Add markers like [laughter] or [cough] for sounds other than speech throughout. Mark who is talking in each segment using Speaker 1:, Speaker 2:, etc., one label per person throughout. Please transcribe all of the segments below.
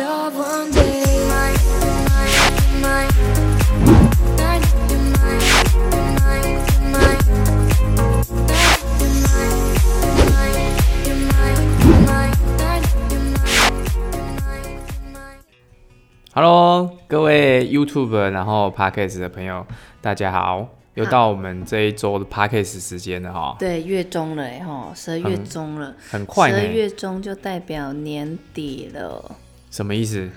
Speaker 1: up one day.
Speaker 2: Hello，各位 YouTube 然后 Podcast 的朋友，大家好，又到我们这一周的 Podcast 时间了哈，
Speaker 3: 对，月中了哎哈，十二月中了，
Speaker 2: 很
Speaker 3: 十
Speaker 2: 快
Speaker 3: 二
Speaker 2: 呢，
Speaker 3: 月中就代表年底了，
Speaker 2: 什么意思？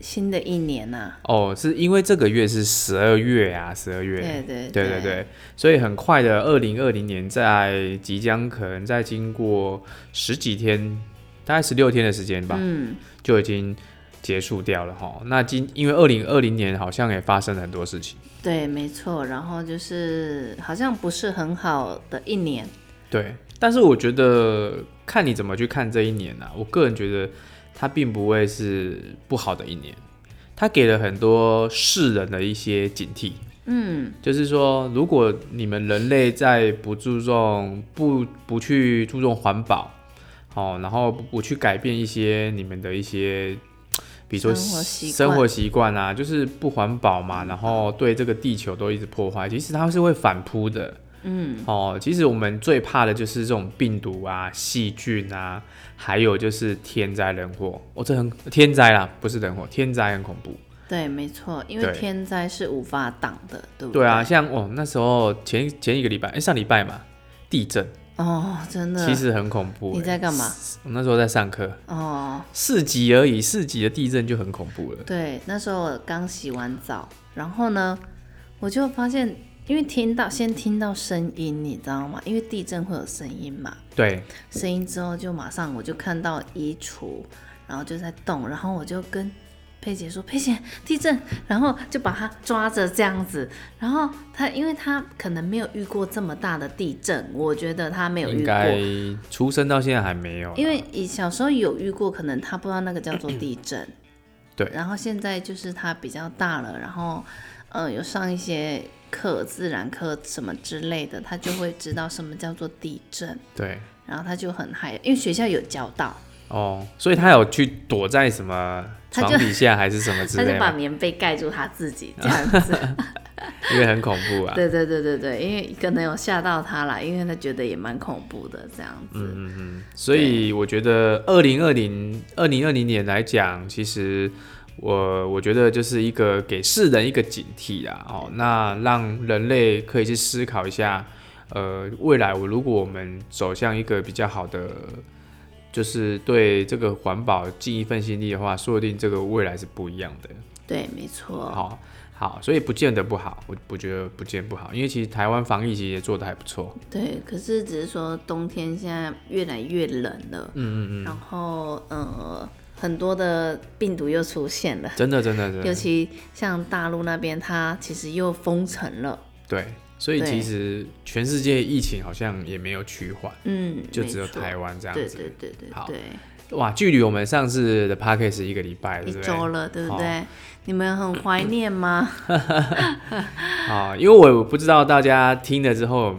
Speaker 3: 新的一年啊呐、
Speaker 2: 哦，是因为这个月是十二月啊，十二月，
Speaker 3: 对对
Speaker 2: 对对对，所以很快的，二零二零年在即将可能在经过十几天，大概十六天的时间吧，
Speaker 3: 嗯，
Speaker 2: 就已经结束掉了哈。那今因为二零二零年好像也发生了很多事情，
Speaker 3: 对，没错。然后就是好像不是很好的一年，
Speaker 2: 对，但是我觉得看你怎么去看这一年啊，我个人觉得它并不会是不好的一年，它给了很多世人的一些警惕。
Speaker 3: 嗯，
Speaker 2: 就是说，如果你们人类在不注重、不不去注重环保，哦，然后不不去改变一些你们的一些，比如说
Speaker 3: 生活习惯
Speaker 2: 生活习惯啊，就是不环保嘛，然后对这个地球都一直破坏，其实它是会反扑的。嗯，哦，其实我们最怕的就是这种病毒啊、细菌啊，还有就是天灾人祸。哦，这很天灾啦，不是人祸，天灾很恐怖。
Speaker 3: 对，没错，因为
Speaker 2: 对
Speaker 3: 天灾是无法挡的，对不
Speaker 2: 对啊，，像哦那时候前前一个礼拜，哎、上礼拜嘛，地震
Speaker 3: 哦，真的，
Speaker 2: 其实很恐怖、
Speaker 3: 你
Speaker 2: 诶
Speaker 3: 在干嘛？
Speaker 2: 我那时候在上课，
Speaker 3: 哦，
Speaker 2: 四级而已，四级的地震就很恐怖了。
Speaker 3: 对，那时候我刚洗完澡，然后呢，我就发现，因为听到先听到声音，你知道吗？因为地震会有声音嘛，
Speaker 2: 对，
Speaker 3: 声音之后就马上我就看到衣橱，然后就在动，然后我就跟佩姐说：“佩姐，地震！”然后就把她抓着这样子，然后她因为她可能没有遇过这么大的地震，我觉得她没有
Speaker 2: 应
Speaker 3: 遇
Speaker 2: 该
Speaker 3: 过，
Speaker 2: 出生到现在还没有啦，
Speaker 3: 因为以小时候有遇过，可能她不知道那个叫做地震。
Speaker 2: 对
Speaker 3: 然后现在就是他比较大了，然后呃有上一些课，自然课什么之类的，他就会知道什么叫做地震，
Speaker 2: 对
Speaker 3: 然后他就很害，因为学校有教到，
Speaker 2: 哦，所以他有去躲在什么
Speaker 3: 他
Speaker 2: 床
Speaker 3: 就
Speaker 2: 底下还是什么之
Speaker 3: 他就
Speaker 2: 类
Speaker 3: 把
Speaker 2: 的，
Speaker 3: 棉被盖住他自己这样
Speaker 2: [laughs]
Speaker 3: 子。
Speaker 2: 因为很恐怖啊。
Speaker 3: 对对对对对，因为可能有吓到他啦，因为他觉得也蛮恐怖的这样子。
Speaker 2: 嗯所以我觉得二零二零二零二零年来讲，其实我我觉得就是一个给世人一个警惕啦，哦，那让人类可以去思考一下，呃，未来我如果我们走向一个比较好的，就是对这个环保尽一份心力的话，说不定这个未来是不一样的。
Speaker 3: 对，没错。
Speaker 2: 好、好，所以不见得不好，我我觉得不见不好，因为其实台湾防疫其实也做得还不错。
Speaker 3: 对，可是只是说冬天现在越来越冷了，嗯嗯嗯，然后呃很多的病毒又出现了。
Speaker 2: 真的，真的，真的。
Speaker 3: 尤其像大陆那边，它其实又封城了，
Speaker 2: 对，所以
Speaker 3: 对
Speaker 2: 其实全世界疫情好像也没有趋缓，
Speaker 3: 嗯，
Speaker 2: 就只有
Speaker 3: 没错
Speaker 2: 台湾这样
Speaker 3: 对
Speaker 2: 子。
Speaker 3: 对对对
Speaker 2: 好
Speaker 3: 对，
Speaker 2: 哇，距离我们上次的 p a c k a g e 一个礼拜，对
Speaker 3: 一
Speaker 2: 不
Speaker 3: 周
Speaker 2: 对？
Speaker 3: 了，对不对？你们很怀
Speaker 2: [laughs]
Speaker 3: 念吗？
Speaker 2: 啊，因为我不知道大家听了之后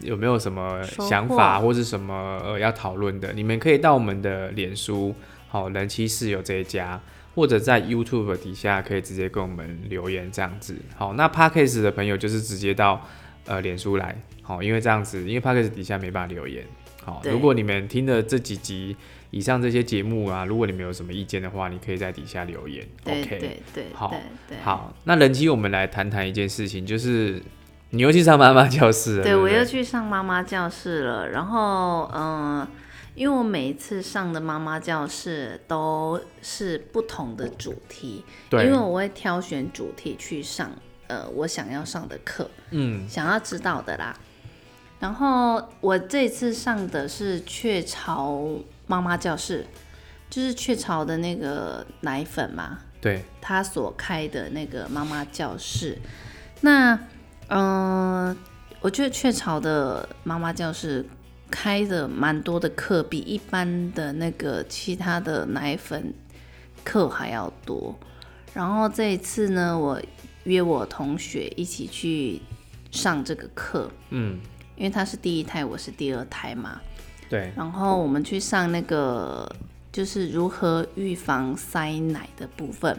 Speaker 2: 有没有什么
Speaker 3: 收获
Speaker 2: 想法或是什么呃要讨论的，你们可以到我们的脸书，好、人妻室友这一家。或者在 YouTube 底下可以直接跟我们留言这样子，好，那 p a c k a g e 的朋友就是直接到呃脸书来，好，因为这样子，因为 p a c k a g e 底下没办法留言，好，
Speaker 3: 对
Speaker 2: 如果你们听了这几集以上这些节目啊，如果你们有什么意见的话，你可以在底下留言
Speaker 3: 对
Speaker 2: ，OK，
Speaker 3: 对对对
Speaker 2: 好
Speaker 3: 对。
Speaker 2: 好，那人妻，我们来谈谈一件事情，就是你又去上妈妈教室了。
Speaker 3: 对，
Speaker 2: 对不
Speaker 3: 我
Speaker 2: 对，
Speaker 3: 又去上妈妈教室了。然后，嗯、因为我每一次上的妈妈教室都是不同的主题，
Speaker 2: 对
Speaker 3: 因为我会挑选主题去上，呃，我想要上的课，
Speaker 2: 嗯，
Speaker 3: 想要知道的啦。然后我这次上的是雀巢妈妈教室，就是雀巢的那个奶粉嘛，
Speaker 2: 对，
Speaker 3: 他所开的那个妈妈教室。那，嗯、我觉得雀巢的妈妈教室开的蛮多的课，比一般的那个其他的奶粉课还要多。然后这一次呢，我约我同学一起去上这个课，
Speaker 2: 嗯，
Speaker 3: 因为他是第一胎，我是第二胎嘛。
Speaker 2: 对，
Speaker 3: 然后我们去上那个就是如何预防塞奶的部分，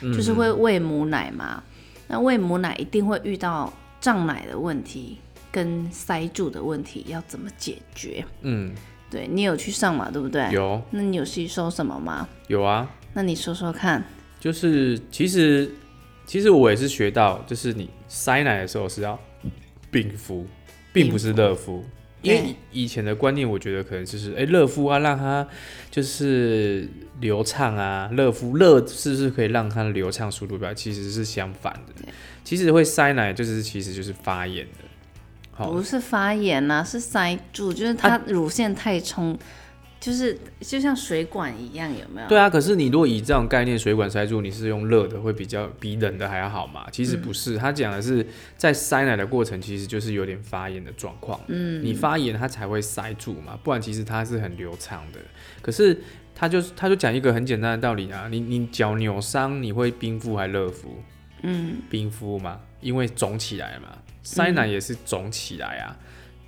Speaker 2: 嗯
Speaker 3: 就是会喂母奶嘛。那喂母奶一定会遇到胀奶的问题跟塞住的问题，要怎么解决？
Speaker 2: 嗯，
Speaker 3: 对你有去上嘛？对不对？。
Speaker 2: 有
Speaker 3: 那你有吸收什么吗？
Speaker 2: 有啊，
Speaker 3: 那你说说看。
Speaker 2: 就是其实其实我也是学到，就是你塞奶的时候是要并敷，并不是热敷。因
Speaker 3: 对
Speaker 2: 为以前的观念，我觉得可能就是，哎、热敷啊，让它就是流畅啊，热敷热是不是可以让它流畅速度表？其实是相反的
Speaker 3: 对，
Speaker 2: 其实会塞奶就是其实就是发炎的，好、啊
Speaker 3: 不是发炎啦、是塞住，就是它乳腺太冲，就是就像水管一样，有没有？
Speaker 2: 对啊，可是你如果以这种概念，水管塞住，你是用热的，会比较比冷的还要好嘛？其实
Speaker 3: 嗯
Speaker 2: 不是，他讲的是在塞奶的过程，其实就是有点发炎的状况。嗯，你发炎它才会塞住嘛，不然其实它是很流畅的。可是他就他就讲一个很简单的道理啊，你你脚扭伤，你会冰敷还热敷？嗯，冰敷嘛，因为肿起来嘛，塞
Speaker 3: 嗯
Speaker 2: 奶也是肿起来啊。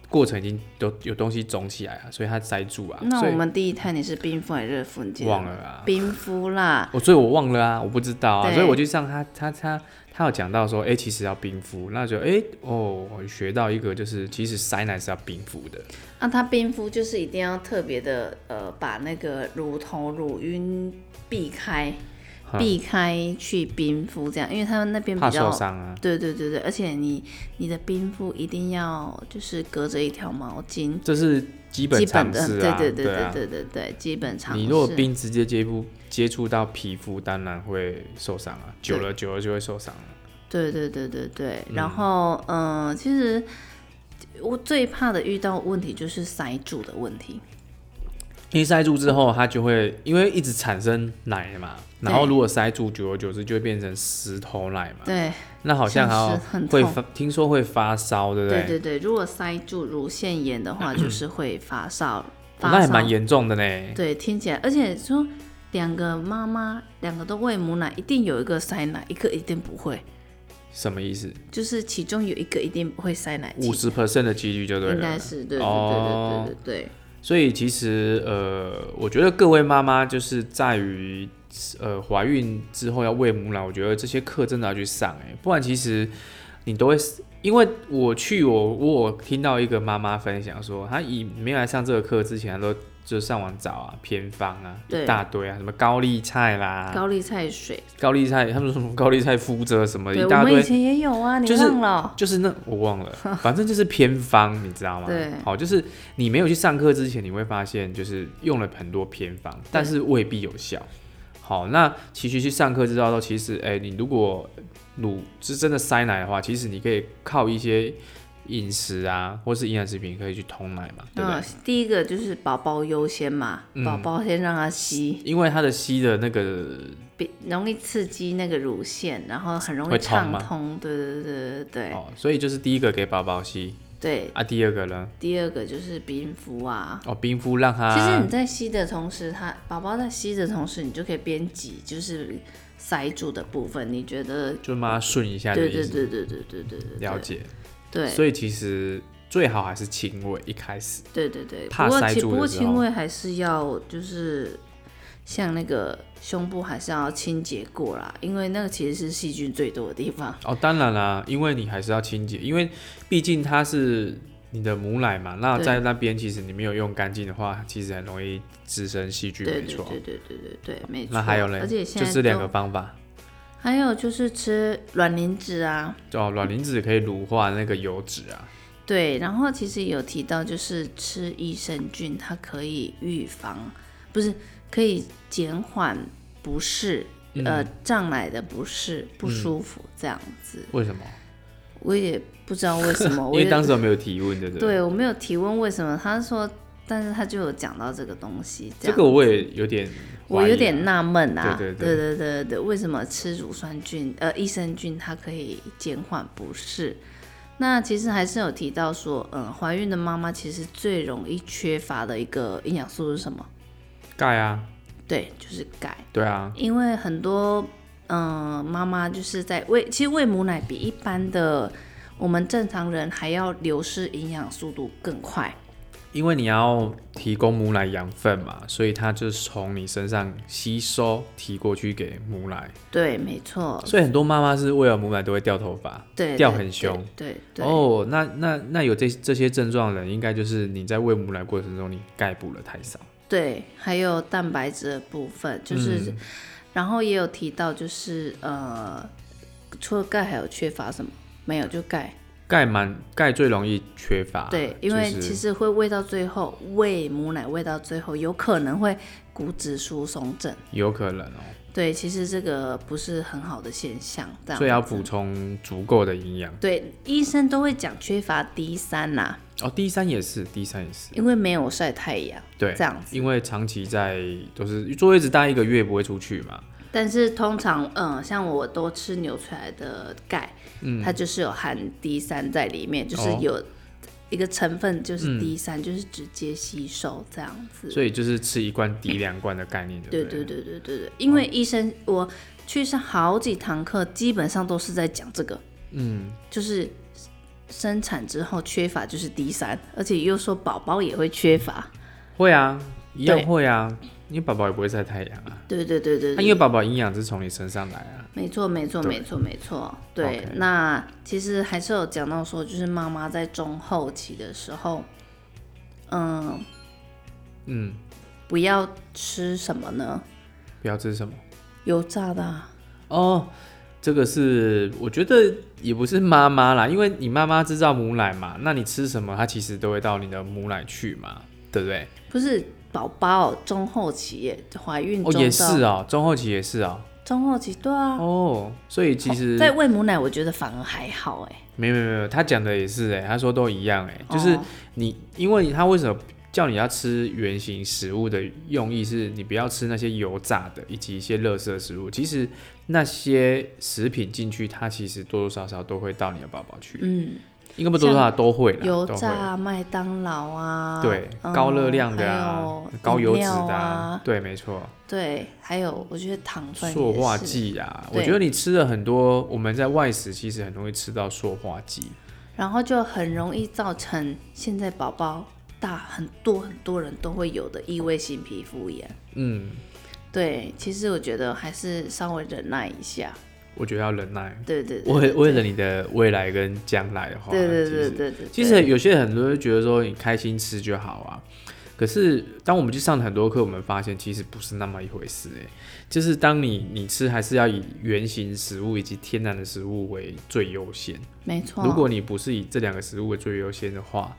Speaker 2: 过程已经有有东西肿起来啊，所以它塞住啊。
Speaker 3: 那
Speaker 2: 所
Speaker 3: 我
Speaker 2: 以
Speaker 3: 们第一胎你是冰敷还是热敷？你记得吗
Speaker 2: 忘了啊，
Speaker 3: 冰敷啦，
Speaker 2: 我所以我忘了啊，我不知道啊，
Speaker 3: 对
Speaker 2: 所以我就上他他他他有讲到说，哎、其实要冰敷，那就哎、诶哦，我学到一个就是，其实塞奶是要冰敷的，
Speaker 3: 那它啊冰敷就是一定要特别的，呃，把那个乳头、乳晕避开，避开去冰敷这样，因为他们那边
Speaker 2: 怕
Speaker 3: 比
Speaker 2: 受
Speaker 3: 较。
Speaker 2: 伤啊。
Speaker 3: 对对对对，而且你你的冰敷一定要就是隔着一条毛巾，
Speaker 2: 这是基本
Speaker 3: 基
Speaker 2: 常
Speaker 3: 本的，
Speaker 2: 识
Speaker 3: 对
Speaker 2: 啊，
Speaker 3: 对对
Speaker 2: 啊
Speaker 3: 对。对对对，基本常识。
Speaker 2: 你如果冰直接接触接触到皮肤，当然会受伤啊，久了久了就会受伤了。
Speaker 3: 对对对对对，然后嗯、呃其实我最怕的遇到问题就是塞住的问题。
Speaker 2: 因为塞住之后，它就会因为一直产生奶嘛，然后
Speaker 3: 对
Speaker 2: 如果塞住，久而久之就会变成石头奶嘛。
Speaker 3: 对
Speaker 2: 那好像还
Speaker 3: 像
Speaker 2: 要
Speaker 3: 是很
Speaker 2: 会
Speaker 3: 痛
Speaker 2: 发，听说会发烧，对不
Speaker 3: 对对对，如果塞住乳腺炎的
Speaker 2: [clears throat]
Speaker 3: 话，就是会发烧，
Speaker 2: 哦
Speaker 3: 发
Speaker 2: 那也
Speaker 3: 烧。
Speaker 2: 蛮严重的呢。
Speaker 3: 对，听起来，而且说两个妈妈两个都喂母奶，一定有一个塞奶，一个一定不会，
Speaker 2: 什么意思？
Speaker 3: 就是其中有一个一定不会塞奶。
Speaker 2: 五十 percent 的几率就对
Speaker 3: 应该
Speaker 2: 了。
Speaker 3: 是对对对
Speaker 2: 哦
Speaker 3: 对对对对
Speaker 2: 所以其实呃，我觉得各位妈妈就是在于呃怀孕之后要喂母奶，我觉得这些课真的要去上哎、不然其实你都会。因为我去我我听到一个妈妈分享说，她以没有来上这个课之前，她都就上网找啊偏方啊
Speaker 3: 对
Speaker 2: 一大堆啊，什么高丽菜啦
Speaker 3: 对，、高丽菜水，
Speaker 2: 高丽菜，他们说什么高丽菜敷着什么
Speaker 3: 对
Speaker 2: 哦一
Speaker 3: 我
Speaker 2: 大
Speaker 3: 们
Speaker 2: 堆
Speaker 3: 以，前也有啊，你
Speaker 2: 就是
Speaker 3: 忘了？
Speaker 2: 就是那我忘了，反正就是偏方，你知道吗？
Speaker 3: 对
Speaker 2: 好，就是你没有去上课之前，你会发现就是用了很多偏方，但是未必有效。好，那其实去上课知道说，其实哎、你如果乳是真的塞奶的话，其实你可以靠一些饮食啊，或是营养食品可以去通奶嘛，对不对？嗯
Speaker 3: 嗯，第一个就是宝宝优先嘛，宝宝先让他吸，
Speaker 2: 因为它的吸的那个
Speaker 3: 比容易刺激那个乳腺，然后很容
Speaker 2: 会
Speaker 3: 易
Speaker 2: 痛
Speaker 3: 畅
Speaker 2: 吗
Speaker 3: 通。对对对对对、
Speaker 2: 哦，所以就是第一个给宝宝吸
Speaker 3: 对。
Speaker 2: 啊，第二个呢，
Speaker 3: 第二个就是冰敷啊。
Speaker 2: 哦，冰敷让它
Speaker 3: 其实你在吸的同时，它宝宝在吸的同时，你就可以边挤，就是塞住的部分。你觉得？
Speaker 2: 就让它顺一下的
Speaker 3: 对
Speaker 2: 意思，
Speaker 3: 对对对对对对对，
Speaker 2: 了解。
Speaker 3: 对
Speaker 2: 所以其实最好还是亲喂一开始。
Speaker 3: 对对对。
Speaker 2: 怕
Speaker 3: 不过
Speaker 2: 塞
Speaker 3: 其
Speaker 2: 住
Speaker 3: 不
Speaker 2: 的
Speaker 3: 过
Speaker 2: 时
Speaker 3: 亲
Speaker 2: 候
Speaker 3: 喂还是要就是像那个胸部还是要清洁过啦，因为那个其实是细菌最多的地方。
Speaker 2: 哦，当然啦，因为你还是要清洁，因为毕竟它是你的母奶嘛。那
Speaker 3: 对
Speaker 2: 在那边其实你没有用干净的话，其实很容易滋生细菌，
Speaker 3: 对
Speaker 2: 没
Speaker 3: 对
Speaker 2: 错。
Speaker 3: 对对对对对，没错。
Speaker 2: 那还有嘞，
Speaker 3: 而且现
Speaker 2: 就
Speaker 3: 在
Speaker 2: 是两
Speaker 3: 都
Speaker 2: 个方法，
Speaker 3: 还有就是吃卵磷脂啊，
Speaker 2: 哦，卵磷脂可以乳化那个油脂啊。
Speaker 3: 对，然后其实有提到就是吃益生菌，它可以预防，不是可以减缓不适，呃，
Speaker 2: 嗯
Speaker 3: 胀奶的不适、不舒服这样子。
Speaker 2: 为什么？
Speaker 3: 我也不知道为什么，
Speaker 2: [laughs] 因
Speaker 3: 我
Speaker 2: 为
Speaker 3: 也
Speaker 2: 当时我没有提问，对不对？
Speaker 3: 对我没有提问为什么，他说，但是他就有讲到这个东西，这
Speaker 2: 这
Speaker 3: 样
Speaker 2: 个我也有点怀疑啊，
Speaker 3: 我有点纳闷啊，
Speaker 2: 对对
Speaker 3: 对对对对为什么吃乳酸菌呃益生菌它可以减缓不适？那其实还是有提到说，嗯，怀孕的妈妈其实最容易缺乏的一个营养素是什么？
Speaker 2: 钙啊，
Speaker 3: 对，就是钙，
Speaker 2: 对啊，
Speaker 3: 因为很多嗯妈妈就是在喂，其实喂母奶比一般的我们正常人还要流失营养速度更快。
Speaker 2: 因为你要提供母奶养分嘛，所以它就是从你身上吸收提过去给母奶，
Speaker 3: 对，没错，
Speaker 2: 所以很多妈妈是为了母奶都会掉头发，
Speaker 3: 对，
Speaker 2: 掉
Speaker 3: 对
Speaker 2: 很凶，
Speaker 3: 对对对
Speaker 2: 哦，那那那有这这些症状的人，应该就是你在喂母奶过程中你钙补了太少。
Speaker 3: 对，还有蛋白质的部分，就是，
Speaker 2: 嗯
Speaker 3: 然后也有提到，就是呃，除了钙还有缺乏什么？没有，就钙。
Speaker 2: 钙蛮钙最容易缺乏，
Speaker 3: 对，因为
Speaker 2: 啊就是
Speaker 3: 其实会喂到最后，喂母奶喂到最后，有可能会骨质疏松症。
Speaker 2: 有可能哦、
Speaker 3: 对，其实这个不是很好的现象，这样。
Speaker 2: 所以要补。充足够的营养。
Speaker 3: 对，医生都会讲缺乏 D 三呐，
Speaker 2: 哦，第三也是，第三也是，
Speaker 3: 因为没有晒太阳，
Speaker 2: 对，
Speaker 3: 这样子。
Speaker 2: 因为长期在都是坐月子大概一个月不会出去嘛，
Speaker 3: 但是通常，嗯，像我都吃牛出来的钙，它就是有含 D 三在里面，就是
Speaker 2: 嗯哦嗯
Speaker 3: 有一个成分就是 D 三、就是直接吸收这样子。
Speaker 2: 所以就是吃一罐抵两罐的概念就
Speaker 3: 对
Speaker 2: 对
Speaker 3: 对
Speaker 2: 了
Speaker 3: 对对对对，因为医生、我去上好几堂课，基本上都是在讲这个，嗯，就是生产之后缺乏就是 D 三，而且又说宝宝也会缺乏。
Speaker 2: 会啊，一样
Speaker 3: 对
Speaker 2: 会啊，因为宝宝也不会晒太阳啊，
Speaker 3: 对对对对
Speaker 2: 那
Speaker 3: 对，
Speaker 2: 因为宝宝营养是从你身上来啊，
Speaker 3: 没错，没错，
Speaker 2: 对
Speaker 3: 没错，没错。对
Speaker 2: OK
Speaker 3: 那其实还是有讲到说，就是妈妈在中后期的时候，嗯，
Speaker 2: 嗯，
Speaker 3: 不要吃什么呢？
Speaker 2: 不要吃什么
Speaker 3: 油炸的、啊，
Speaker 2: 哦。这个是我觉得也不是妈妈啦，因为你妈妈制造母奶嘛，那你吃什么，它其实都会到你的母奶去嘛，对不对？
Speaker 3: 不是宝宝中后期耶，怀孕
Speaker 2: 哦，
Speaker 3: 中
Speaker 2: 也
Speaker 3: 到
Speaker 2: 是哦，中后期也是哦，
Speaker 3: 中后期，对啊。
Speaker 2: 哦，所以其实
Speaker 3: 在喂母奶，我觉得反而还好哎。
Speaker 2: 没有没有没有，他讲的也是哎、他说都一样哎、就是
Speaker 3: 哦
Speaker 2: 你，因为他为什么叫你要吃原型食物的用意是你不要吃那些油炸的以及一些垃圾食物，其实那些食品进去，它其实多多少少都会到你的宝宝去，
Speaker 3: 嗯，
Speaker 2: 应该不多多少少都会啦，
Speaker 3: 油
Speaker 2: 都
Speaker 3: 炸
Speaker 2: 会。
Speaker 3: 啊、麦当劳啊，
Speaker 2: 对，
Speaker 3: 嗯
Speaker 2: 高热量的
Speaker 3: 还
Speaker 2: 啊
Speaker 3: 有，
Speaker 2: 高油脂
Speaker 3: 饮料
Speaker 2: 的
Speaker 3: 啊，
Speaker 2: 对，没错，
Speaker 3: 对，还有我觉得糖分
Speaker 2: 塑
Speaker 3: 也
Speaker 2: 化
Speaker 3: 是，
Speaker 2: 剂啊，我
Speaker 3: 对
Speaker 2: 觉得你吃了很多，我们在外食其实很容易吃到塑化剂，
Speaker 3: 然后就很容易造成现在宝宝大很多很多人都会有的异位性皮肤炎。
Speaker 2: 嗯，
Speaker 3: 对，其实我觉得还是稍微忍耐一下。
Speaker 2: 我觉得要忍耐。
Speaker 3: 对对对，
Speaker 2: 为
Speaker 3: 对
Speaker 2: 为了你的未来跟将来的话，
Speaker 3: 对对
Speaker 2: 啊其
Speaker 3: 对
Speaker 2: 实
Speaker 3: 对对，
Speaker 2: 其实有些很多人会觉得说你开心吃就好啊，可是当我们去上很多课，我们发现其实不是那么一回事哎、就是当你你吃还是要以原型食物以及天然的食物为最优先。
Speaker 3: 没错。
Speaker 2: 如果你不是以这两个食物为最优先的话，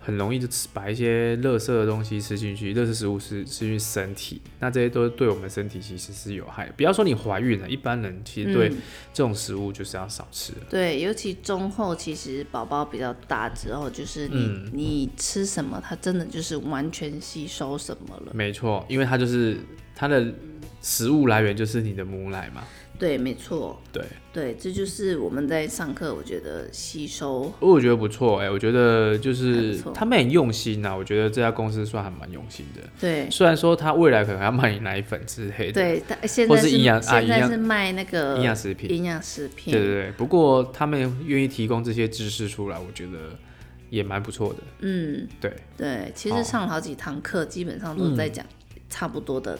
Speaker 2: 很容易就吃把一些垃圾的东西吃进去，垃圾食物吃吃进身体，那这些都对我们身体其实是有害的。不要说你怀孕了，一般人其实对
Speaker 3: 嗯
Speaker 2: 这种食物就是要少吃了。
Speaker 3: 对，尤其中后，其实宝宝比较大之后，就是你、
Speaker 2: 嗯
Speaker 3: 你吃什么，它真的就是完全吸收什么了。
Speaker 2: 没错，因为它就是它的食物来源就是你的母奶嘛。
Speaker 3: 对，没错，
Speaker 2: 对，
Speaker 3: 对，这就是我们在上课，我觉得吸收
Speaker 2: 我觉得不错哎、我觉得就
Speaker 3: 还
Speaker 2: 是
Speaker 3: 不错
Speaker 2: 他们很用心啊呐、我觉得这家公司算还蛮用心的。
Speaker 3: 对。
Speaker 2: 虽然说他未来可能要卖你奶粉之类的
Speaker 3: 对，呃但现
Speaker 2: 或
Speaker 3: 在
Speaker 2: 是营养啊
Speaker 3: 现
Speaker 2: 营
Speaker 3: 在
Speaker 2: 养
Speaker 3: 是卖那个
Speaker 2: 营养食品，啊
Speaker 3: 营养食品，
Speaker 2: 对对对，不过他们愿意提供这些知识出来，我觉得也蛮不错的。
Speaker 3: 嗯，
Speaker 2: 对，
Speaker 3: 对，其
Speaker 2: 好
Speaker 3: 实上了好几堂课，基本上都在讲差不多的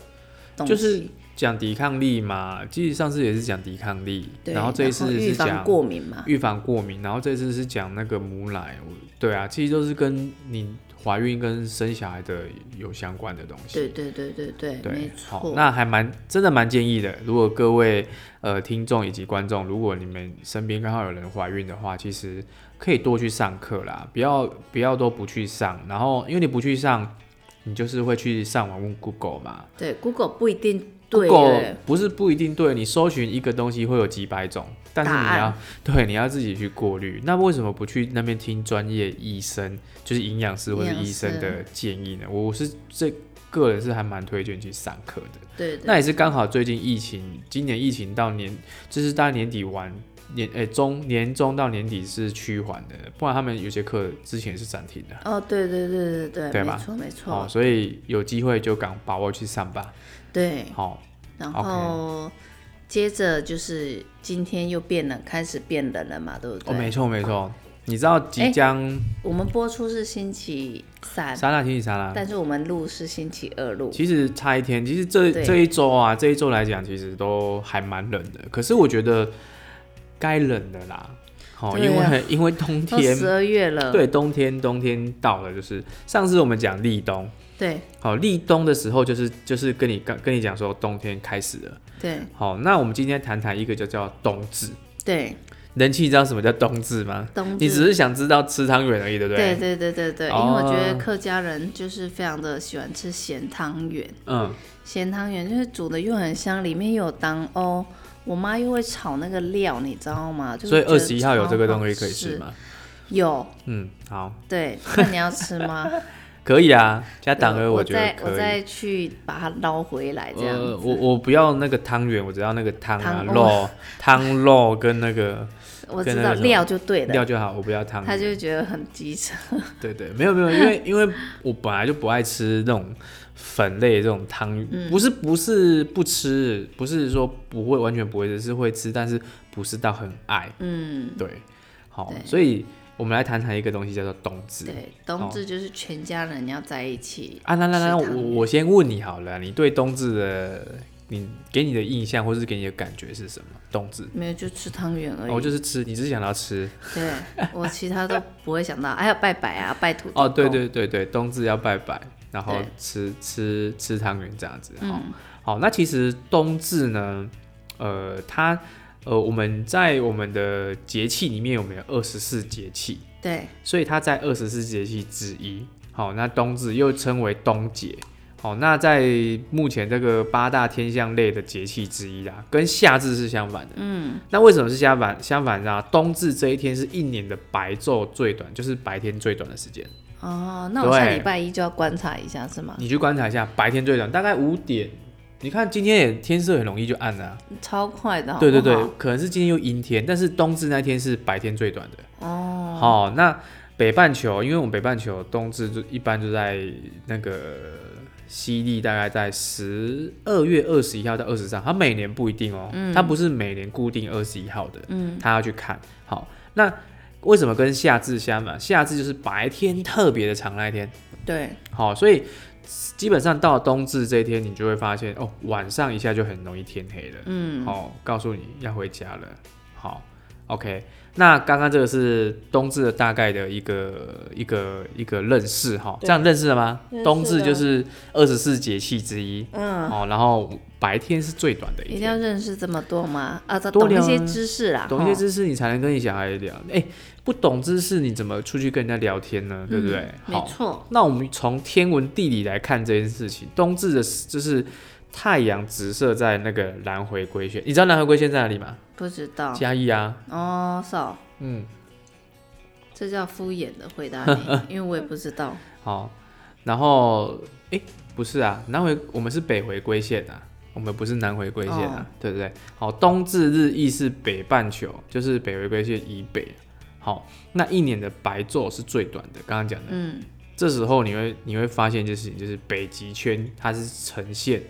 Speaker 3: 东西，
Speaker 2: 嗯就是讲抵抗力嘛，其实上次也是讲抵抗力，
Speaker 3: 对，
Speaker 2: 后这一次
Speaker 3: 预
Speaker 2: 是
Speaker 3: 防
Speaker 2: 讲
Speaker 3: 过敏嘛，
Speaker 2: 预防过敏，然后这次是讲那个母奶，我对啊，其实都是跟你怀孕跟生小孩的有相关的东西。
Speaker 3: 对对对对对，没
Speaker 2: 对，好
Speaker 3: 错，，
Speaker 2: 那还蛮真的蛮建议的。如果各位呃听众以及观众，如果你们身边刚好有人怀孕的话，其实可以多去上课啦，不要不要都不去上。然后因为你不去上，你就是会去上网问 Google 嘛。
Speaker 3: 对 Google 不一定对
Speaker 2: Google
Speaker 3: 耶，
Speaker 2: 不是不一定对你搜寻一个东西会有几百种，但是
Speaker 3: 答
Speaker 2: 你要
Speaker 3: 案
Speaker 2: [laughs] 对你要自己去过滤。那为什么不去那边听专业医生，就是营养师或者
Speaker 3: 营养
Speaker 2: 医生
Speaker 3: 师
Speaker 2: 的建议呢？我是这个人是还蛮推荐去上课的。
Speaker 3: 对对
Speaker 2: 那也是刚好最近疫情，今年疫情到年，就是大概年底完年，诶、中年中到年底是趋缓的，不然他们有些课之前也是暂停的。
Speaker 3: 哦，对对对对
Speaker 2: 对
Speaker 3: 没
Speaker 2: 吧
Speaker 3: 错没
Speaker 2: 好、
Speaker 3: 错
Speaker 2: 哦，，所以有机会就赶把握去上吧。
Speaker 3: 对。
Speaker 2: 好、
Speaker 3: 然
Speaker 2: OK
Speaker 3: 后接着就是今天又变冷，开始变冷了嘛，对不
Speaker 2: 哦，没
Speaker 3: 对？
Speaker 2: 错没错，你知道即将
Speaker 3: 我们播出是星期三，
Speaker 2: 莎拉星期三啦，啊
Speaker 3: 但是我们录是星期二录。
Speaker 2: 其实差一天，其实这
Speaker 3: 对
Speaker 2: 这一周啊，这一周来讲，其实都还蛮冷的。可是我觉得该冷的啦，好、
Speaker 3: 对
Speaker 2: 因
Speaker 3: 啊
Speaker 2: 为因为冬
Speaker 3: 都
Speaker 2: 天，
Speaker 3: 十二月了，
Speaker 2: 对，冬天冬天到了，就是上次我们讲立冬，
Speaker 3: 对
Speaker 2: 好、立冬的时候就是就是跟你刚跟你讲说冬天开始了。
Speaker 3: 对
Speaker 2: 好、那我们今天谈谈一个就叫冬至。
Speaker 3: 对，
Speaker 2: 人气你知道什么叫冬至吗？
Speaker 3: 冬
Speaker 2: 你
Speaker 3: 至
Speaker 2: 只是想知道吃汤圆而已，对不
Speaker 3: 对对对对对，因
Speaker 2: 哦
Speaker 3: 为我觉得客家人就是非常的喜欢吃咸汤圆，
Speaker 2: 嗯，
Speaker 3: 咸汤圆就是煮的又很香，里面又有当哦。我妈又会炒那个料，你知道吗？就是
Speaker 2: 所以
Speaker 3: 觉得
Speaker 2: 二十一号有这个
Speaker 3: 超好
Speaker 2: 东西可以吃？吗？
Speaker 3: 有，
Speaker 2: 嗯，好，
Speaker 3: 对，那你要吃
Speaker 2: [laughs]
Speaker 3: 吗？
Speaker 2: 可以啊，加党
Speaker 3: 对
Speaker 2: 鹅
Speaker 3: 我
Speaker 2: 觉得
Speaker 3: 再我
Speaker 2: 可以。
Speaker 3: 再去把它捞回来，这样
Speaker 2: 呃，
Speaker 3: 子。
Speaker 2: 我我不要那个汤圆，我只要那个汤啊
Speaker 3: 汤
Speaker 2: 肉汤肉跟那个
Speaker 3: 我
Speaker 2: 跟
Speaker 3: 知
Speaker 2: 那
Speaker 3: 道
Speaker 2: 个什么
Speaker 3: 料就对
Speaker 2: 料
Speaker 3: 了，
Speaker 2: 就好，我不要汤
Speaker 3: 他
Speaker 2: 圆。
Speaker 3: 就觉得很
Speaker 2: [laughs]
Speaker 3: 机车。
Speaker 2: 对对，没有没有，因
Speaker 3: [laughs]
Speaker 2: 为因为我本来就不爱吃那种粉类这种汤，
Speaker 3: 嗯
Speaker 2: 不是不是不吃，不是说不会完全不会吃，是会吃，但是不是到很爱。
Speaker 3: 嗯，
Speaker 2: 对，好
Speaker 3: 对，
Speaker 2: 所以我们来谈谈一个东西叫做冬至。
Speaker 3: 对，冬至就是全家人要在一起
Speaker 2: 啊，那那那，
Speaker 3: 吃汤
Speaker 2: 我
Speaker 3: 圆
Speaker 2: 我先问你好了，你对冬至的你给你的印象或是给你的感觉是什么？冬至，
Speaker 3: 没有就吃汤圆而已。
Speaker 2: 哦，就是吃，你只是想到吃。
Speaker 3: 对我其他都不会想到，还有拜拜啊，拜土地公
Speaker 2: 哦，对，对对对，冬至要拜拜，然后
Speaker 3: 对
Speaker 2: 吃吃吃汤圆这样子。好、
Speaker 3: 嗯，
Speaker 2: 好，那其实冬至呢，呃，它呃我们在我们的节气里面，我们有二十四节气，
Speaker 3: 对
Speaker 2: 所以它在二十四节气之一。好，那冬至又称为冬节。好，那在目前这个八大天象类的节气之一啦，跟夏至是相反的。嗯，那为什么是相反？相反啊，冬至这一天是一年的白昼最短，就是白天最短的时间。
Speaker 3: 哦，那我下
Speaker 2: 对
Speaker 3: 礼拜一就要观察一下是吗？
Speaker 2: 你去观察一下，白天最短，大概五点。你看今天也天色很容易就暗了啊、
Speaker 3: 超快哦的，好不
Speaker 2: 对对对
Speaker 3: 好，
Speaker 2: 可能是今天又阴天，但是冬至那天是白天最短的。
Speaker 3: 哦，
Speaker 2: 好、那北半球，因为我们北半球冬至就一般就在那个西历大概在十二月二十一号到二十三，它每年不一定哦，它不是每年固定二十一号的，
Speaker 3: 嗯，
Speaker 2: 它要去看。好，那为什么跟夏至相反？夏至就是白天特别的长那一天，
Speaker 3: 对，
Speaker 2: 好，所以基本上到了冬至这一天，你就会发现哦，晚上一下就很容易天黑了。
Speaker 3: 嗯，
Speaker 2: 哦，告诉你要回家了。好，OK，那刚刚这个是冬至的大概的一个一个一个认识哈，
Speaker 3: 对
Speaker 2: 这样认识了吗
Speaker 3: 认识？了
Speaker 2: 冬至就是二十四节气之一。
Speaker 3: 嗯，
Speaker 2: 哦，然后白天是最短的
Speaker 3: 一
Speaker 2: 一
Speaker 3: 定要
Speaker 2: 天，
Speaker 3: 认识这么多吗？啊，
Speaker 2: 多
Speaker 3: 懂一
Speaker 2: 聊
Speaker 3: 些
Speaker 2: 啊
Speaker 3: 知识啦，
Speaker 2: 懂一些
Speaker 3: 识，
Speaker 2: 知识你才能跟你小孩聊。哎、不懂知识你怎么出去跟人家聊天呢？对不对？
Speaker 3: 嗯没
Speaker 2: 好，
Speaker 3: 错，
Speaker 2: 那我们从天文地理来看这件事情，冬至的时，就是太阳直射在那个南回归线，你知道南回归线在哪里吗？
Speaker 3: 不知道
Speaker 2: 嘉义啊，
Speaker 3: 哦，少，
Speaker 2: 嗯，
Speaker 3: 这叫敷衍的回答
Speaker 2: [laughs]
Speaker 3: 你，因为我也不知道，
Speaker 2: 好，哦然后诶，不是啊，南回我们是北回归线啊，我们不是南回归线啊，
Speaker 3: 哦
Speaker 2: 对不对？好，冬至日亦是北半球，就是北回归线以北。好，那一年的白昼是最短的，刚刚讲的。
Speaker 3: 嗯，
Speaker 2: 这时候你会你会发现一件事情，就是北极圈它是呈现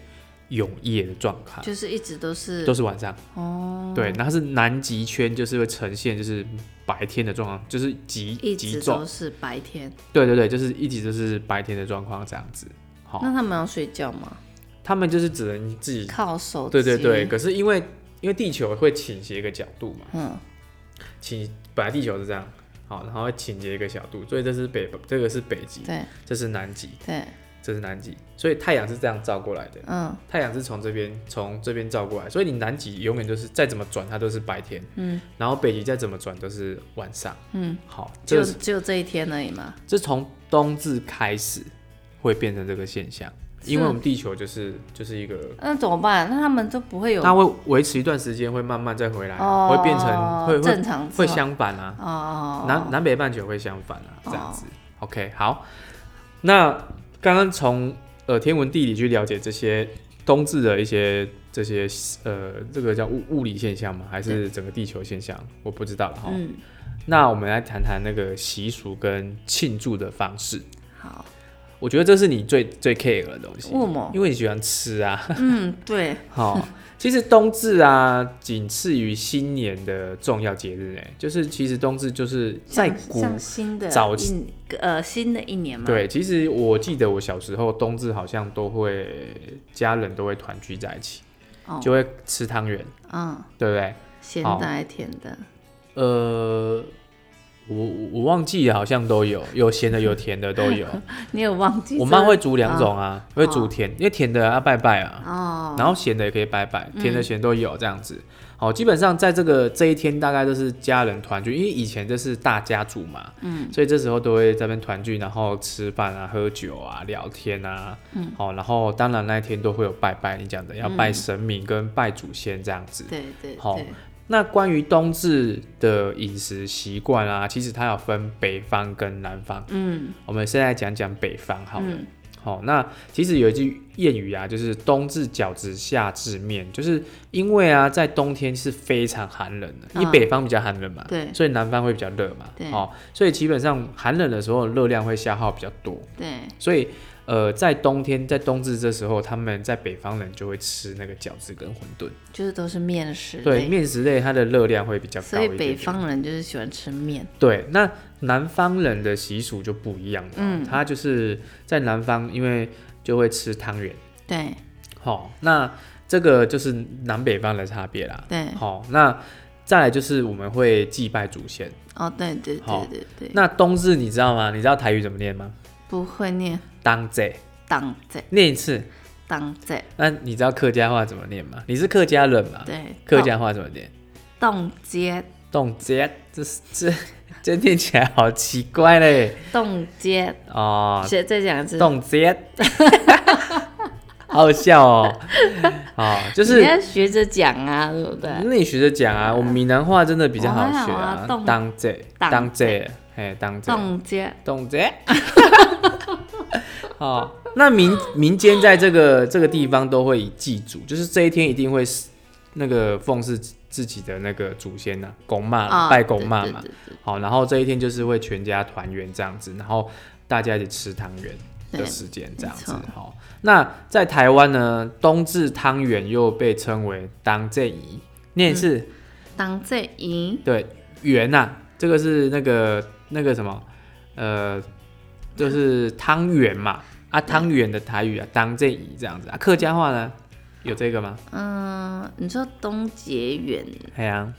Speaker 2: 永夜的状态，
Speaker 3: 就是一直都是
Speaker 2: 都是晚上。
Speaker 3: 哦，
Speaker 2: 对，那它是南极圈，就是会呈现就是白天的状况，就是极
Speaker 3: 一
Speaker 2: 极
Speaker 3: 直
Speaker 2: 昼
Speaker 3: 都。是白天，
Speaker 2: 对对对，就是一直就是白天的状况这样子。好，
Speaker 3: 那他们要睡觉吗？
Speaker 2: 他们就是只能自己。
Speaker 3: 靠手机，
Speaker 2: 对对对，，可是因为因为地球会倾斜一个角度嘛，
Speaker 3: 嗯，
Speaker 2: 倾本来地球是这样，好，然后会倾斜一个角度，所以这是北这个是北极，
Speaker 3: 对
Speaker 2: 这是南极，
Speaker 3: 对，
Speaker 2: 这是南极，所以太阳是这样照过来的。
Speaker 3: 嗯
Speaker 2: 太阳是从这边从这边照过来，所以你南极永远就是再怎么转它都是白天，
Speaker 3: 嗯，
Speaker 2: 然后北极再怎么转都是晚上。
Speaker 3: 嗯，
Speaker 2: 好，这
Speaker 3: 就
Speaker 2: 个是
Speaker 3: 只有这一天而已嘛，
Speaker 2: 这从冬至开始会变成这个现象，因为
Speaker 3: 是
Speaker 2: 我们地球就是就是一个
Speaker 3: 那怎么办？那他们就不会有
Speaker 2: 它会维持一段时间，会慢慢再回来啊，
Speaker 3: 哦，
Speaker 2: 会变成会会
Speaker 3: 正常是
Speaker 2: 会
Speaker 3: 吗
Speaker 2: 相反啊，
Speaker 3: 哦，
Speaker 2: 南南北半球会相反啊，这样子。OK，好，那刚刚从呃天文地理去了解这些冬至的一些这些呃这个叫物物理现象吗？还是整个地球现象？我不知道哈。
Speaker 3: 嗯，
Speaker 2: 那我们来谈谈那个习俗跟庆祝的方式。
Speaker 3: 好，
Speaker 2: 我觉得这是你最最 care 的东西
Speaker 3: 为什么，
Speaker 2: 因为你喜欢吃啊。
Speaker 3: 嗯，对，
Speaker 2: [laughs] 好、
Speaker 3: [laughs]
Speaker 2: 其实冬至啊，仅次于新年的重要节日，哎，就是其实冬至就是在
Speaker 3: 像
Speaker 2: 古
Speaker 3: 像新的
Speaker 2: 早
Speaker 3: 一呃新的一年嘛，，
Speaker 2: 对，其实我记得我小时候冬至好像都会家人都会团聚在一起，
Speaker 3: 哦
Speaker 2: 就会吃汤圆，
Speaker 3: 嗯，
Speaker 2: 对不对？
Speaker 3: 咸
Speaker 2: 好
Speaker 3: 的还甜的，
Speaker 2: 呃，我我忘记了，好像都有，有咸的有甜的都有。
Speaker 3: [laughs] 你嗯有忘记？
Speaker 2: 我妈会
Speaker 3: 真
Speaker 2: 煮两种啊，会煮甜，因为甜的要拜拜啊，
Speaker 3: 的哦，
Speaker 2: 然后咸的也可以拜拜，甜的咸都有这样子。好，基本上在这个这一天大概都是家人团聚，因为以前这是大家族嘛，嗯，所以这时候都会在那边团聚，然后吃饭啊、喝酒啊、聊天啊，嗯，好，然后当然那一天都会有拜拜，你讲的要拜神明跟拜祖先这样子。
Speaker 3: 对对
Speaker 2: 好
Speaker 3: 对，
Speaker 2: 那关于冬至的饮食习惯啊，其实它有分北方跟南方。
Speaker 3: 嗯
Speaker 2: 我们现在讲讲北方好了。
Speaker 3: 嗯
Speaker 2: 好、那其实有一句谚语啊，就是“冬至饺子，夏至面”，就是因为啊，在冬天是非常寒冷的，因为
Speaker 3: 嗯
Speaker 2: 北方比较寒冷嘛，
Speaker 3: 对
Speaker 2: 所以南方会比较热嘛，
Speaker 3: 对
Speaker 2: 哦，所以基本上寒冷的时候热量会消耗比较多，
Speaker 3: 对，
Speaker 2: 所以呃，在冬天，在冬至这时候，他们在北方人就会吃那个饺子跟馄饨，
Speaker 3: 就是都是面食类，
Speaker 2: 对，面食类它的热量会比较高
Speaker 3: 所
Speaker 2: 一
Speaker 3: 以
Speaker 2: 点
Speaker 3: 北
Speaker 2: 点
Speaker 3: 方人就是喜欢吃面，
Speaker 2: 对，那南方人的习俗就不一样了，
Speaker 3: 嗯
Speaker 2: 他就是在南方，因为就会吃汤圆，
Speaker 3: 对
Speaker 2: 好、那这个就是南北方的差别啦，
Speaker 3: 对，
Speaker 2: 好、那再来就是我们会祭拜祖先，
Speaker 3: 哦对对
Speaker 2: 好
Speaker 3: 对对对，
Speaker 2: 那冬至你知道吗？你知道台语怎么念吗？
Speaker 3: 不会念
Speaker 2: 当贼，
Speaker 3: 当在
Speaker 2: 念一次。
Speaker 3: 当在，
Speaker 2: 那你知道客家话怎么念吗？你是客家人吗？
Speaker 3: 对，
Speaker 2: 客家话怎么念？
Speaker 3: 冻街
Speaker 2: 冻节，这是这这念起来好奇怪嘞
Speaker 3: 冻街，
Speaker 2: 哦，
Speaker 3: 再再讲一次，
Speaker 2: 冻结， [laughs] 好好笑哦。啊，就
Speaker 3: 你
Speaker 2: 是
Speaker 3: 要学着讲啊，对不对？
Speaker 2: 那你学着讲啊，我们闽南话真的比较好
Speaker 3: 我
Speaker 2: 学
Speaker 3: 还好啊冻
Speaker 2: 当贼，
Speaker 3: 当
Speaker 2: 当贼，哎，当贼，
Speaker 3: 冻街，
Speaker 2: 冻贼。 [laughs] 好，那民民间在这个这个地方都会以祭祖，就是这一天一定会是那个奉祀自己的那个祖先呐、公妈啦、
Speaker 3: 啊
Speaker 2: 拜公妈
Speaker 3: 对
Speaker 2: 嘛
Speaker 3: 对。对
Speaker 2: 好，然后这一天就是会全家团圆这样子，然后大家一起吃汤圆的
Speaker 3: 对
Speaker 2: 时间这样子
Speaker 3: 没。
Speaker 2: 好，那在台湾呢，冬至汤圆又被称为当这仪，念是、
Speaker 3: 嗯当在赢
Speaker 2: 对圆呐、这个是那个那个什么，呃，就是汤圆嘛，啊，汤圆的台语啊，当这仪这样子啊，客家话呢有这个吗？哎
Speaker 3: 嗯，你说东结远，
Speaker 2: 海洋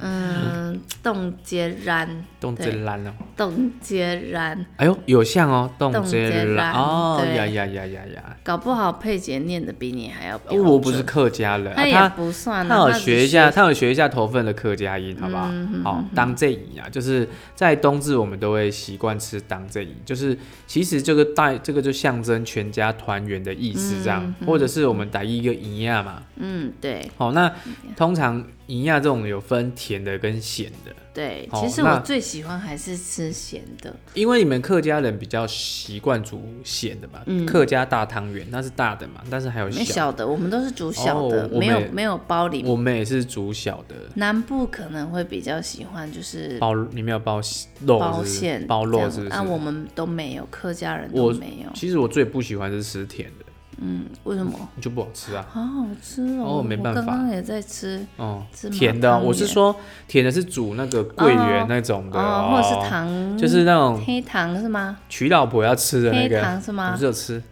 Speaker 3: 嗯，冻结然，
Speaker 2: 冬至
Speaker 3: 对
Speaker 2: 烂哦，
Speaker 3: 冻结然，
Speaker 2: 哎呦，有像哦，冬
Speaker 3: 冬
Speaker 2: 至
Speaker 3: 至
Speaker 2: 烂
Speaker 3: 烂
Speaker 2: 哦，
Speaker 3: 对
Speaker 2: 呀呀呀呀呀。
Speaker 3: 搞不好佩姐念的比你还要标准。
Speaker 2: 哦我不是，客家人，
Speaker 3: 他
Speaker 2: 啊
Speaker 3: 也
Speaker 2: 他
Speaker 3: 不算
Speaker 2: 他
Speaker 3: 啊，
Speaker 2: 有
Speaker 3: 只
Speaker 2: 学一下，，他有学一下头份的客家音，好不好？
Speaker 3: 嗯
Speaker 2: 好，当这仪啊，就是在冬至我们都会习惯吃当这仪，就是其实这个带这个就象征全家团圆的意思，这样，或者是我们打一个营亚嘛。
Speaker 3: 嗯，对
Speaker 2: 好，那
Speaker 3: 嗯
Speaker 2: 通常营亚这种有分甜的跟咸的，
Speaker 3: 对。
Speaker 2: 好
Speaker 3: 其实
Speaker 2: 那
Speaker 3: 我最喜欢还是吃咸的，
Speaker 2: 因为你们客家人比较习惯煮咸的嘛，
Speaker 3: 嗯
Speaker 2: 客家大汤圆那是大的嘛，但是还有
Speaker 3: 没
Speaker 2: 小，
Speaker 3: 小的，我们都是煮小的，
Speaker 2: 哦我
Speaker 3: 没有
Speaker 2: 们也
Speaker 3: 没有包里面。
Speaker 2: 我们也是煮小的。
Speaker 3: 南部可能会比较喜欢就是
Speaker 2: 包里面有包肉是
Speaker 3: 包
Speaker 2: 不是
Speaker 3: 馅
Speaker 2: 包
Speaker 3: 这
Speaker 2: 肉
Speaker 3: 样
Speaker 2: 是不是？
Speaker 3: 啊，我们都没有，客家人
Speaker 2: 我
Speaker 3: 都没有，
Speaker 2: 其实我最不喜欢是吃甜的，
Speaker 3: 嗯，为什么？
Speaker 2: 就不好吃啊。
Speaker 3: 好好吃
Speaker 2: 哦
Speaker 3: 哦！
Speaker 2: 没办法
Speaker 3: 我刚刚也在吃
Speaker 2: 哦、
Speaker 3: 芝麻
Speaker 2: 甜的哦，
Speaker 3: 汤
Speaker 2: 我是
Speaker 3: 圆
Speaker 2: 说甜的是煮那个桂圆那种的
Speaker 3: 哦，或者是糖，
Speaker 2: 就是那种
Speaker 3: 黑糖是吗？
Speaker 2: 娶老婆要吃的那
Speaker 3: 黑
Speaker 2: 个，
Speaker 3: 糖是
Speaker 2: 我
Speaker 3: 吗
Speaker 2: 是？有吃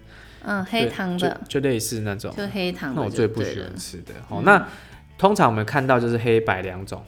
Speaker 3: 嗯，
Speaker 2: 对
Speaker 3: 黑糖的，
Speaker 2: 就，就类似那种。
Speaker 3: 就黑糖
Speaker 2: 那
Speaker 3: 的嗯
Speaker 2: 我
Speaker 3: 就
Speaker 2: 最不
Speaker 3: 对
Speaker 2: 喜欢
Speaker 3: 了
Speaker 2: 吃的。哦，那通常我们看到就是黑白两种，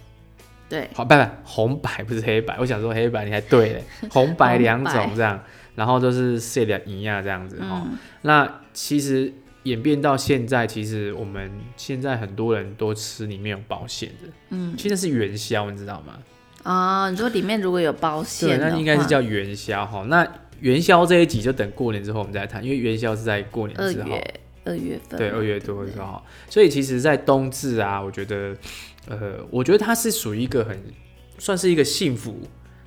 Speaker 3: 对，
Speaker 2: 好，不不，红白不是黑白，我想说黑白你还对嘞，红白两种这样，然后都是谢两一样这样子
Speaker 3: 嗯
Speaker 2: 哦。那其实演变到现在，其实我们现在很多人都吃里面有保险的，嗯，现在是元宵，你知道吗？
Speaker 3: 哦，你说里面如果有包
Speaker 2: 对，
Speaker 3: 馅的话，
Speaker 2: 那应该是叫元宵哈。那元宵这一集就等过年之后我们再谈，因为元宵是在过年
Speaker 3: 二
Speaker 2: 之后，
Speaker 3: 月二月份，
Speaker 2: 对，二月多
Speaker 3: 对
Speaker 2: 的时候，所以其实，在冬至啊，我觉得，呃，我觉得它是属于一个很算是一个幸福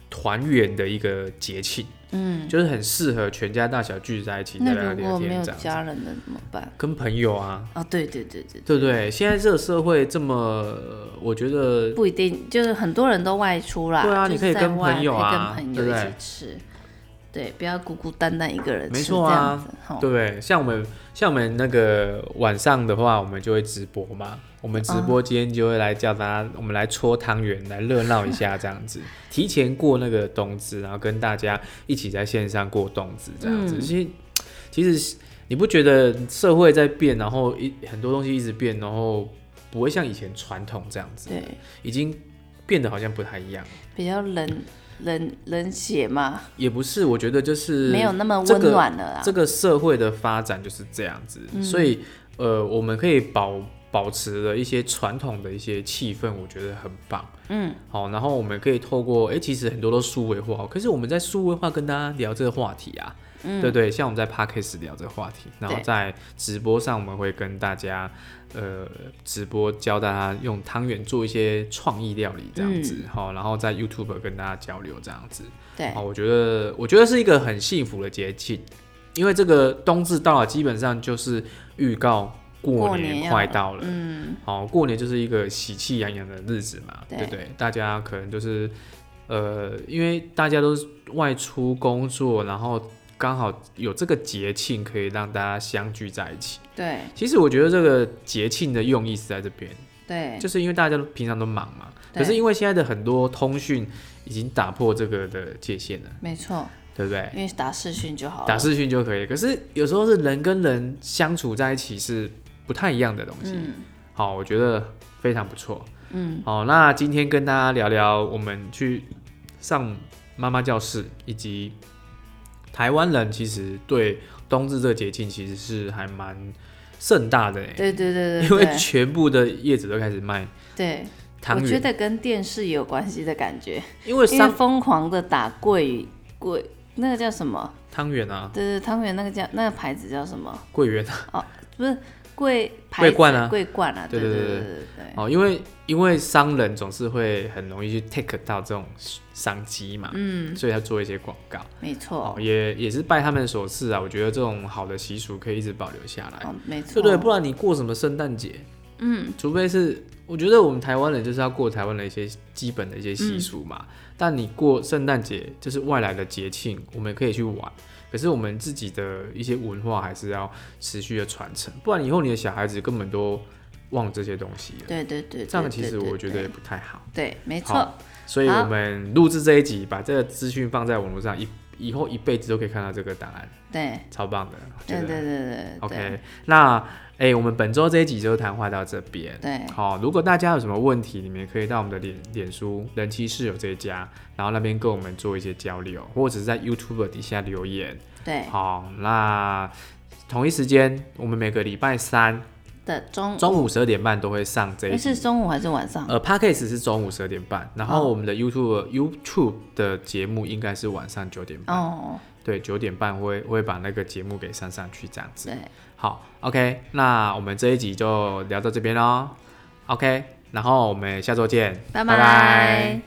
Speaker 2: 团圆的一个节庆，
Speaker 3: 嗯，
Speaker 2: 就是很适合全家大小聚在一起，在
Speaker 3: 那
Speaker 2: 那
Speaker 3: 如
Speaker 2: 聊
Speaker 3: 果没
Speaker 2: 天
Speaker 3: 有
Speaker 2: 这样子，
Speaker 3: 家人的怎么办？
Speaker 2: 跟朋友啊，
Speaker 3: 哦，对对对对，
Speaker 2: 对不对？现在这个社会这么，呃我觉得
Speaker 3: 不一定，就是很多人都外出啦，
Speaker 2: 对啊
Speaker 3: 就是
Speaker 2: 你可以
Speaker 3: 在
Speaker 2: 跟
Speaker 3: 外
Speaker 2: 朋友啊
Speaker 3: 可以跟朋
Speaker 2: 对不
Speaker 3: 友一
Speaker 2: 对
Speaker 3: 起吃，对，不要孤孤单单一个人
Speaker 2: 没
Speaker 3: 吃
Speaker 2: 错
Speaker 3: 这样
Speaker 2: 啊
Speaker 3: 子，吼
Speaker 2: 对不对？像我们像我们那个晚上的话，我们就会直播嘛。我们直
Speaker 3: 嗯
Speaker 2: 播间就会来叫大家，我们来搓汤圆，来热闹一下这
Speaker 3: [laughs]
Speaker 2: 样子。提前过那个冬至，然后跟大家一起在线上过冬至这样子。
Speaker 3: 嗯
Speaker 2: 其实其实你不觉得社会在变，然后一很多东西一直变，然后不会像以前传统这样子，
Speaker 3: 对，
Speaker 2: 已经变得好像不太一样。
Speaker 3: 比较冷冷冷血嘛，
Speaker 2: 也不是，我觉得就是
Speaker 3: 没有那么
Speaker 2: 这
Speaker 3: 温
Speaker 2: 个
Speaker 3: 暖了啦。
Speaker 2: 这个社会的发展就是这样子，所以呃，我们可以保保持了一些传统的一些气氛，我觉得很棒。
Speaker 3: 嗯，
Speaker 2: 好，然后我们可以透过，哎、其实很多都数位化，哦可是我们在数位化跟大家聊这个话题啊，
Speaker 3: 嗯
Speaker 2: 对不对？像我们在 podcast 聊这个话题，然后在直播上我们会跟大家，呃，直播教大家用汤圆做一些创意料理这样子，好、然后在 YouTube 跟大家交流这样子，
Speaker 3: 对
Speaker 2: 好，，哦我觉得我觉得是一个很幸福的节庆，因为这个冬至到了，基本上就是预告过
Speaker 3: 过年要
Speaker 2: 快到了。
Speaker 3: 嗯，
Speaker 2: 好，过年就是一个喜气洋洋的日子嘛，
Speaker 3: 对
Speaker 2: 对不对？大家可能就是呃，因为大家都是外出工作，然后刚好有这个节庆可以让大家相聚在一起。
Speaker 3: 对
Speaker 2: 其实我觉得这个节庆的用意是在这边，
Speaker 3: 对
Speaker 2: 就是因为大家都平常都忙嘛，
Speaker 3: 对
Speaker 2: 可是因为现在的很多通讯已经打破这个的界限了，
Speaker 3: 没错，
Speaker 2: 对不对？
Speaker 3: 因为打视讯就好了。
Speaker 2: 打视讯就可以，可是有时候是人跟人相处在一起是不太一样的东西。
Speaker 3: 嗯
Speaker 2: 好，我觉得非常不错。
Speaker 3: 嗯，
Speaker 2: 好，那今天跟大家聊聊我们去上妈妈教室，以及台湾人其实对冬至这个节庆其实是还蛮盛大的欸，
Speaker 3: 对对对对，
Speaker 2: 因为
Speaker 3: 对
Speaker 2: 全部的业者都开始卖
Speaker 3: 对，我
Speaker 2: 汤
Speaker 3: 觉
Speaker 2: 圆，
Speaker 3: 得跟电视有关系的感觉，
Speaker 2: 因为
Speaker 3: 因为
Speaker 2: 上
Speaker 3: 疯狂的打桂桂，那个叫什么？
Speaker 2: 汤圆啊、
Speaker 3: 对对，汤圆那个叫那个牌子叫什么？
Speaker 2: 桂圆啊，
Speaker 3: 不是桂牌
Speaker 2: 桂
Speaker 3: 子
Speaker 2: 冠啊
Speaker 3: 桂冠啊，
Speaker 2: 对
Speaker 3: 对
Speaker 2: 对
Speaker 3: 对
Speaker 2: 对
Speaker 3: 对对，
Speaker 2: 哦，因为因为商人总是会很容易去 take 到这种商机嘛，
Speaker 3: 嗯，
Speaker 2: 所以要做一些广告。
Speaker 3: 没
Speaker 2: 哦
Speaker 3: 错，，
Speaker 2: 也也是拜他们所赐啊。我觉得这种好的习俗可以一直保留下来，
Speaker 3: 哦，没
Speaker 2: 对
Speaker 3: 错，
Speaker 2: 不对？不然你过什么圣诞节？嗯，除非是我觉得我们台湾人就是要过台湾的一些基本的一些
Speaker 3: 嗯
Speaker 2: 习俗嘛。但你过圣诞节就是外来的节庆，我们可以去玩。可是我们自己的一些文化还是要持续的传承，不然以后你的小孩子根本都忘了这些东西了。
Speaker 3: 对对对，
Speaker 2: 这样
Speaker 3: 对
Speaker 2: 其实
Speaker 3: 对对
Speaker 2: 我觉得
Speaker 3: 对
Speaker 2: 也不太好。
Speaker 3: 对，没错
Speaker 2: 好，所以我们录制这一集，把这个资讯放在网络上，以以后一辈子都可以看到这个答案。
Speaker 3: 对
Speaker 2: 超棒的，我觉
Speaker 3: 对
Speaker 2: 得
Speaker 3: 对对对
Speaker 2: OK，那哎、我们本周这一集就谈话到这边。
Speaker 3: 对
Speaker 2: 好，如果大家有什么问题，你们也可以到我们的脸脸书人妻室友这一家，然后那边跟我们做一些交流，或者是在 YouTube 底下留言。
Speaker 3: 对
Speaker 2: 好，那同一时间，我们每个礼拜三
Speaker 3: 的中，
Speaker 2: 中午十二点半都会上这一
Speaker 3: 诶
Speaker 2: 集。
Speaker 3: 是中午还是晚上？
Speaker 2: 呃 p a c k a g e 是中午十二点半，然
Speaker 3: 哦
Speaker 2: 后我们的 YouTube、YouTube 的节目应该是晚上九点半，
Speaker 3: 哦，
Speaker 2: 对，九点半会会把那个节目给上上去这样子。
Speaker 3: 对，
Speaker 2: 好，OK，那我们这一集就聊到这边喽。OK，然后我们下周见，
Speaker 3: 拜拜